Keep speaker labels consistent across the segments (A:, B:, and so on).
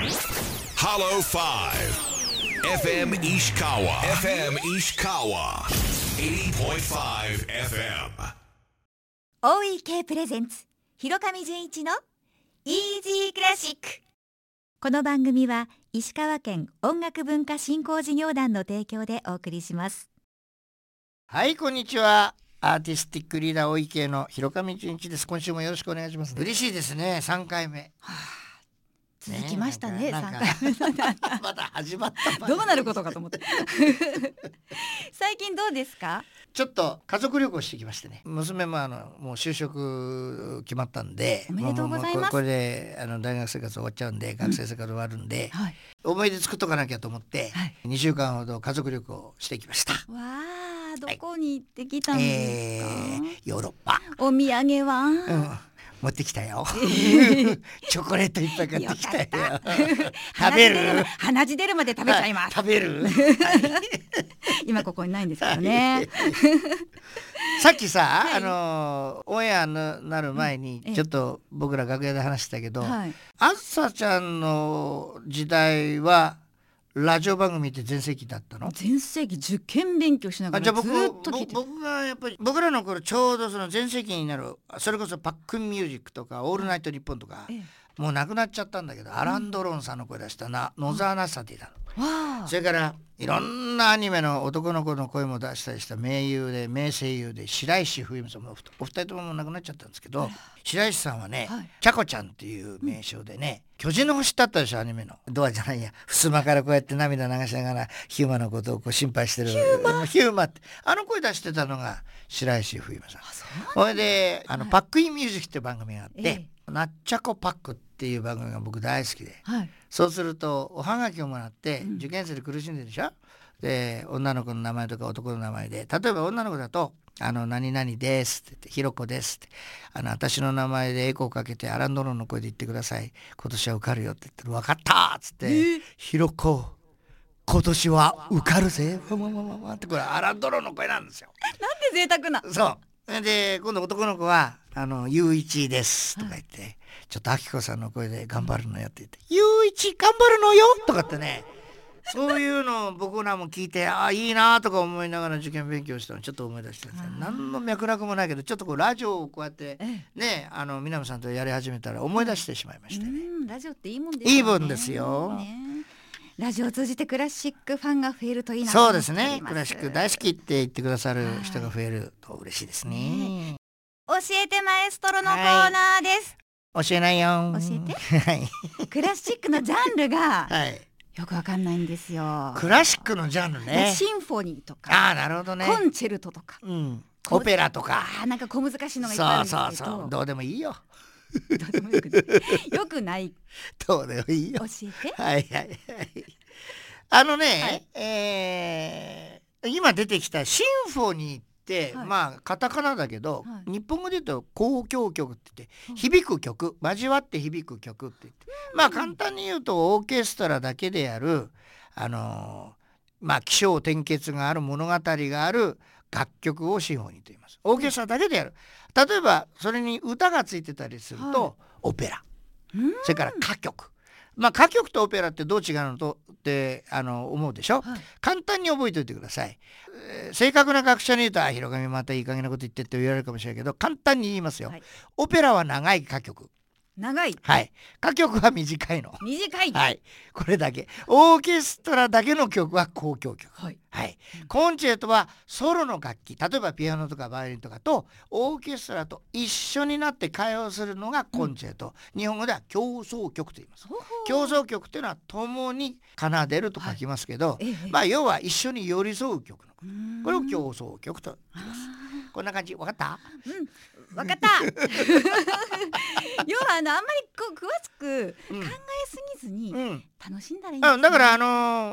A: Hollow 5. FM Ishikawa. FM Ishikawa. 80.5 FM.
B: OEK プレゼンツ広上純一のイージークラシックこの番組は石川県音楽文化振興事業団の提供でお送りします
C: はいこんにちはアーティスティックリーダーお池の広上純一です今週もよろしくお願いします嬉しいですね三回目
B: 続きましたね
C: なん
B: 三
C: か
B: 回目
C: まだ始まったばっ かり
B: どうなることかと思って 最近どうですか
C: ちょっと家族旅行してきましてね娘もあのもう就職決まったんで
B: おめでとうございます
C: ももうこれこれであの大学生活終わっちゃうんで学生生活終わるんで、
B: はい
C: 思い出作っとかなきゃと思って、
B: はい
C: 2週間ほど家族旅行してきました
B: わあどこに行ってきたんですか、
C: ーヨーロッパ、
B: お土産は、
C: うん、持ってきた よチョコレートいっぱい買ってきたよ
B: よかっ
C: 食べる
B: 鼻血出るまで食べちゃいます、
C: 食べる
B: 今ここにないんですけどね
C: さっきさ、
B: はい
C: あのオンエアになる前に
B: うんええ
C: ちょっと僕ら楽屋で話したけど、
B: はい
C: あずさちゃんの時代はラジオ番組って全盛期だったの
B: 全盛期受験勉強しなが
C: あじゃ
B: ら
C: あ
B: ず
C: 僕
B: ーっと聞いてた
C: ぼ僕がやっぱり僕らの頃ちょうどその全盛期になるそれこそパックンミュージックとか「オールナイトニッポン」とか
B: ええ
C: もうなくなっちゃったんだけどアラン・ドロンさんの声出したな野沢那沙でだ
B: わあ
C: それからいろんなアニメの男の子の声も出したりした名優で名声優で白石冬美さんもお二人とももう亡くなっちゃったんですけど白石さんはね、
B: はい
C: ちゃこちゃんっていう名称でね「巨人の星」だったでしょアニメのドアじゃない や襖からこうやって涙流しながらヒューマのことをこう心配してるヒューマってあの声出してたのが白石冬美さん。それであの、パックインミュージックって番組があって、
B: え
C: なっちゃこパックっていう番組が僕大好きで。
B: はい
C: そうするとおはがきをもらって
B: うん
C: 受験生で苦しんでるでしょ、で女の子の名前とか男の名前で例えば女の子だと「あの何々です」って言って「ひろこです」って「あの私の名前でエコーかけてアランドロンの声で言ってください今年は受かるよ」って言ったら「分かった」っつって「ひろこ今年は受かるぜ」わわわわわってこれアランドロンの声なんですよ。
B: なんで贅沢な
C: そう。で、今度男の子は、あの、ゆういちですとか言って、ちょっとあきこさんの声で頑張るのよって言って、ゆういち頑張るのよとかってね、そういうのを僕らも聞いて、ああ、いいなとか思いながら受験勉強したのちょっと思い出したんですよ
B: あ。ー
C: 何の脈絡もないけど、ちょっとこうラジオをこうやって、
B: え
C: ね、あの、南さんとやり始めたら思い出してしまいましたね。
B: うんラジオっていいもんです
C: いいもんですよ
B: ねラジオを通じてクラシックファンが増えるといいなと
C: そ
B: 思
C: う
B: ってお
C: で
B: ります
C: ね。クラシック大好きって言ってくださる人が
B: はい
C: 増えると嬉しいですね
B: ね教えてマエストロのコーナーです、
C: 教えないよ
B: 教え
C: て はい
B: クラシックのジャンル が
C: はい
B: よくわかんないんですよ
C: クラシックのジャンルね
B: シンフォニーとか
C: ああなるほどね
B: コンチェルトとか
C: うんオペラとか
B: あーなんか小難しいのがいっぱいあ
C: そ
B: るん
C: う
B: です
C: そう
B: けど
C: そうどうでもいいよ
B: どうでもよくないよくない
C: どうでもいいよ
B: 教えて
C: はいはいはいあのね、
B: はい
C: えー今出てきたシンフォニーって、
B: はい
C: まあカタカナだけど、
B: はい
C: 日本語で言うと交響曲って言って、
B: うん
C: 響く曲交わって響く曲って言って、まあ簡単に言うとオーケストラだけでやるあのーまあ起承転結がある物語がある楽曲をシンフォニーと言いますオーケストラだけでやる例えばそれに歌がついてたりすると、
B: はい
C: オペラ
B: うん
C: それから歌曲。まあ歌曲とオペラってどう違うのとってあの思うでしょ、
B: はい
C: 簡単に覚えておいてください、えー正確な学者に言うと「あ広上またいい加減なこと言って」って言われるかもしれないけど簡単に言いますよ、
B: はい
C: オペラは長い歌曲
B: 長い
C: はい歌曲は短いの、
B: 短い
C: はいこれだけオーケストラだけの曲は交響曲
B: はい
C: はい、コンチェルトはソロの楽器例えばピアノとかバイオリンとかとオーケストラと一緒になって会話をするのがコンチェルト、日本語では競争曲と言います
B: ほうほう
C: 競争曲っていうのは共に奏でると書きますけど、
B: ええ
C: まあ要は一緒に寄り添う曲のこ
B: うーん
C: れを競争曲と言いますこんな感じわかった
B: わかった要はあのあんまりこう詳しく
C: うん
B: 考えすぎずに
C: うん
B: 楽しんだらいいんですね
C: あだからあの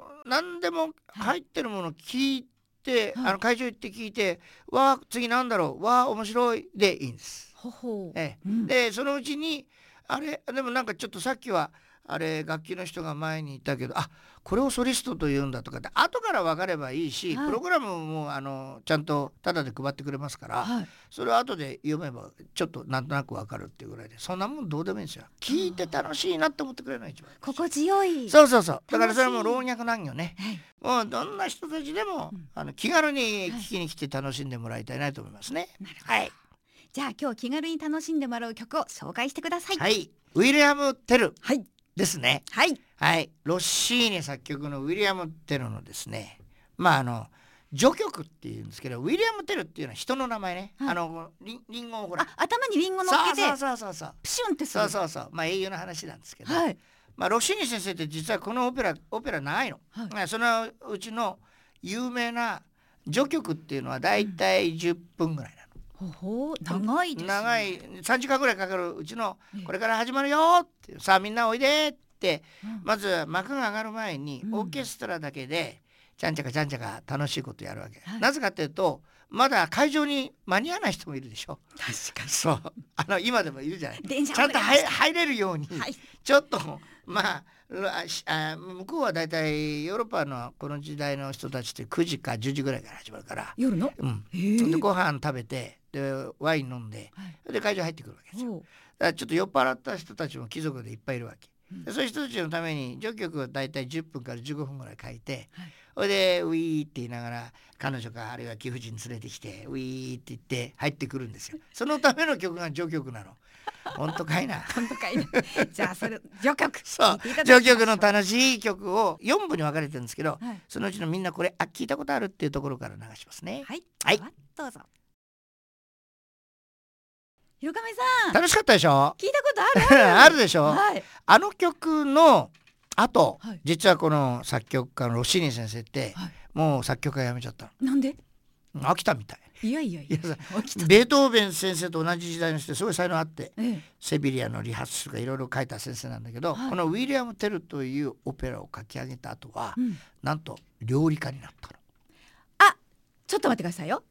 C: ー何でも入ってるもの聞いて、
B: はい
C: あの会場行って聞いて「わあ次なんだろうわあ面白い」でいいんです。
B: ほほう
C: ええ
B: うん
C: でそのうちにあれでもなんかちょっとさっきはあれ楽器の人が前にいたけどあこれをソリストと言うんだとかって後から分かればいいし、
B: はい
C: プログラムもあのちゃんとタダで配ってくれますから、
B: はい
C: それを後で読めばちょっとなんとなく分かるっていうぐらいでそんなもんどうでもいいんですよ聞いて楽しいなって思ってくれるのが一番
B: 心地よい。
C: そうそうそうだからそれはもう
B: 楽しい
C: 老若男女ね
B: はい
C: もうどんな人たちでも、
B: うん
C: あの気軽に聞きに来て楽しんでもらいたいなと思いますね
B: なるほど
C: はい
B: じゃあ今日気軽に楽しんでもらう曲を紹介してください。。
C: はいいウィリアム・テル
B: はい。
C: ですね
B: はい。
C: はい、ロッシーニ作曲のウィリアム・テルのですねまああの序曲っていうんですけどウィリアム・テルっていうのは人の名前ね、
B: はい
C: あのリリンゴをほら
B: あ、頭にリンゴ乗っ
C: そう
B: けて
C: そう、そうそうそう
B: プシュンってす
C: そ
B: る。
C: うそうそうまあ英雄の話なんですけど、
B: はい。
C: まあ、ロッシーニ先生って実はこのオペラオペラないの、
B: はい
C: まあそのうちの有名な序曲っていうのはだいたい10分ぐらいなの。
B: ほほう、長いです、ね。
C: 長い。3時間ぐらいかかるうちの
B: ええ
C: これから始まるよっていうさあみんなおいでって
B: うん
C: まず幕が上がる前に
B: うん
C: オーケストラだけでちゃんちゃかちゃんちゃか楽しいことやるわけ、
B: はい
C: なぜかっていうとまだ会場に間に合わない人もいる でしょ
B: 確か
C: そうあの今でもいるじゃない
B: に。電車
C: ちゃんと入
B: は
C: 入れるように、
B: い。
C: ちょっとまああしあ向こうはだいたいヨーロッパのこの時代の人たちって9時か10時ぐらいから始まるから、
B: 夜の。
C: うん、
B: え
C: で
B: ー
C: ご飯食べてでワイン飲んで
B: はい
C: で会場入ってくるわけですよ
B: ほう
C: だからちょっと酔っ払った人たちも貴族でいっぱいいるわけ、
B: うん
C: でそういう人たちのために序曲を大体10分から15分ぐらい書いて
B: はい
C: それでウィーって言いながら彼女かあるいは貴婦人連れてきてウィーって言って入ってくるんです よそのための曲が序曲なの本当かいな
B: 今度かいな。じゃあ、それ、序曲。
C: そ
B: 聞いうていただきま
C: 序
B: しょ
C: 曲の楽しい曲を4部に分かれてるんですけど
B: はい。
C: そのうちのみんなこれあ聞いたことあるっていうところから流しますね
B: はい。
C: はい
B: でどうぞ。ひろかめさん。
C: 楽しかったでしょ
B: 聞いたことある。
C: あるでしょ
B: はい。
C: あの曲の後、
B: はい
C: 実はこの作曲家のロッシーニ先生って、
B: はい
C: もう作曲家辞めちゃった
B: なんで。
C: の飽きたみたい
B: いやいやいや
C: いや。
B: 起 きた。
C: ベートーベン先生と同じ時代の人ですごい才能あって
B: ええ。
C: セビリアの理髪とかいろいろ書いた先生なんだけど、
B: はい
C: このウィリアム・テルというオペラを書き上げた後は、
B: うん。
C: なんと料理家になったの
B: あ、ちょっと待ってくださいよ。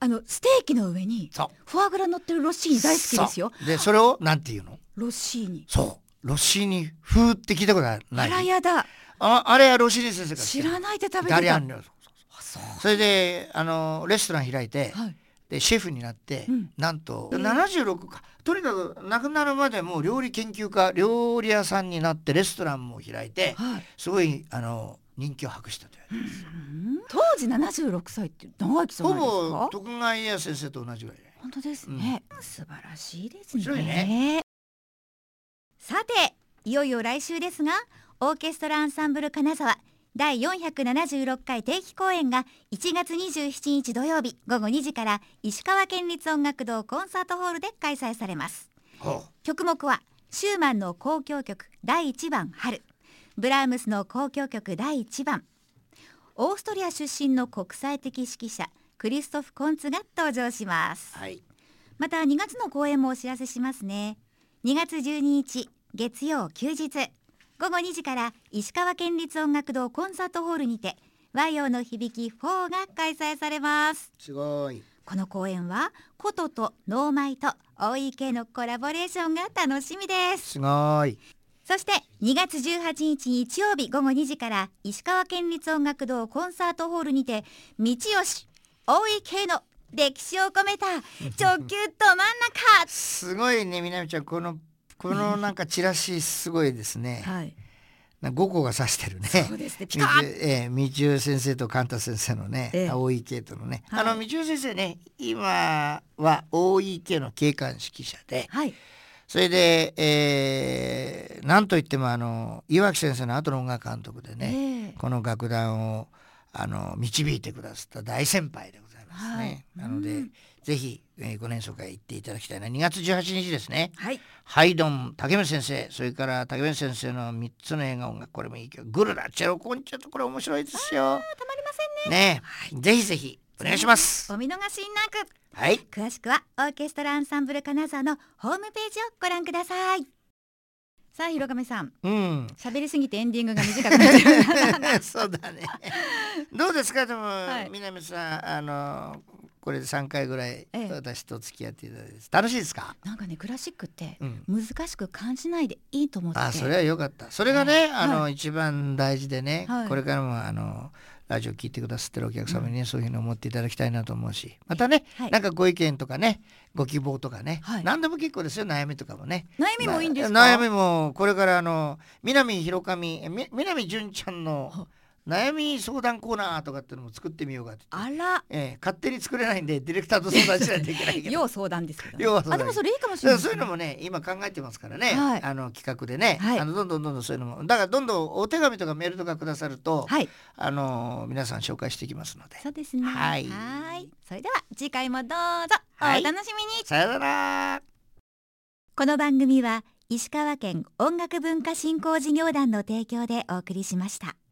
B: あのステーキの上に
C: そう
B: フォアグラ乗ってるロッシーニ大好きですよ。
C: そうでそれをなんていうの
B: ロッシーニ。
C: そうロッシーニ風って聞いたことない
B: あらやだ。
C: ああれはロッシーニ先生が
B: 知ら
C: い
B: ないで食べ
C: イ
B: てた。
C: タリアン料理
B: あそう。
C: それであのレストラン開いて、
B: はい。
C: でシェフになって、
B: うん
C: なんと
B: うん
C: 76かとにかく亡くなるまでもう料理研究家料理屋さんになってレストランも開いて
B: はい。
C: すごいあの人気を博したという
B: うん当時七十六歳って長生きじゃない
C: ほ
B: ですか。
C: ぼ徳川家康先生と同じぐらいね
B: 本当ですね、素晴らしいです
C: 面白い
B: ねさていよいよ来週ですがオーケストラアンサンブル金沢第476回定期公演が1月27日土曜日午後2時から石川県立音楽堂コンサートホールで開催されます
C: ほ
B: 曲目はシューマンの交響曲第1番春ブラームスの交響曲第1番オーストリア出身の国際的指揮者クリストフ・コンツが登場します
C: うはい
B: また2月の公演もお知らせしますね2月12日月曜休日午後2時から石川県立音楽堂コンサートホールにて和洋の響き4が開催されます
C: すごい
B: この公演は琴とノーマイと OEK のコラボレーションが楽しみです
C: すごい
B: そして2月18日日曜日午後2時から石川県立音楽堂コンサートホールにて「道吉 OEK の歴史を込めた直球ど真ん中」
C: すごいねみなみちゃんこのこのなんかチラシすごいですね
B: はい、
C: 5個が指してるね
B: そうですね。ピ
C: み
B: カ
C: ち
B: ッ。
C: ゅええ、みちゅう先生とカンタ先生のね、
B: ええ
C: 青井系とのね、
B: はい
C: あのみちゅう先生ね今は大井系の警官指揮者で
B: はい。
C: それで、えー、なんといってもあの岩木先生の後の音楽監督でね、
B: ね
C: この楽団をあの導いてくださった大先輩でございますね、
B: はい
C: なので、
B: うん
C: ぜひ、えー、ご年会行っていただきたいな2月18日ですね
B: はい。
C: ハイドン竹村先生それから竹村先生の3つの映画音楽これもいいけどグルラチェロコンチェルトこれ面白いですよ
B: たまりませんね。
C: ねえ、ぜひぜひお願いします
B: お見逃しなく。
C: はい
B: 詳しくはオーケストラアンサンブル金沢のホームページをご覧ください。さあ、ひろかめさん、
C: うん
B: 喋りすぎてエンディングが短くなっちゃう。
C: そうだねどうですかでも、
B: い
C: 南さんあのこれで3回ぐらい
B: ええ
C: 私と付き合っていただいて楽しいですか、
B: なんかねクラシックって
C: うん、
B: 難しく感じないでいいと思って
C: あそれは良かったそれがね、
B: はい
C: あの一番大事でね、
B: はい
C: これからもあのラジオ聞いてくださってるお客様にね、そういうふうに思っていただきたいなと思うしまたね、
B: はい
C: なんかご意見とかねご希望とかね、
B: はい
C: 何でも結構ですよ悩みとかもね
B: 悩みもいいんですか、
C: まあ悩みもこれからあの南ひろかみえみ南純ちゃんの悩み相談コーナーとかっていうのも作ってみようかって言って
B: あら
C: ええ勝手に作れないんでディレクターと相談しないといけないけど
B: 要相談ですけどね、
C: 要は相談
B: あでもそれいいかもし
C: だ
B: れ
C: か
B: ない
C: らそういうのもね今考えてますからね、
B: はい
C: あの企画でね、
B: はい
C: あのどんどんどんどんそういうのもだからどんどんお手紙とかメールとかくださると、
B: はい
C: あの皆さん紹介していきますので
B: そうですね
C: はい
B: ーいそれでは次回もどうぞお
C: はい
B: 楽しみに、
C: さよなら
B: この番組は石川県音楽文化振興事業団の提供でお送りしました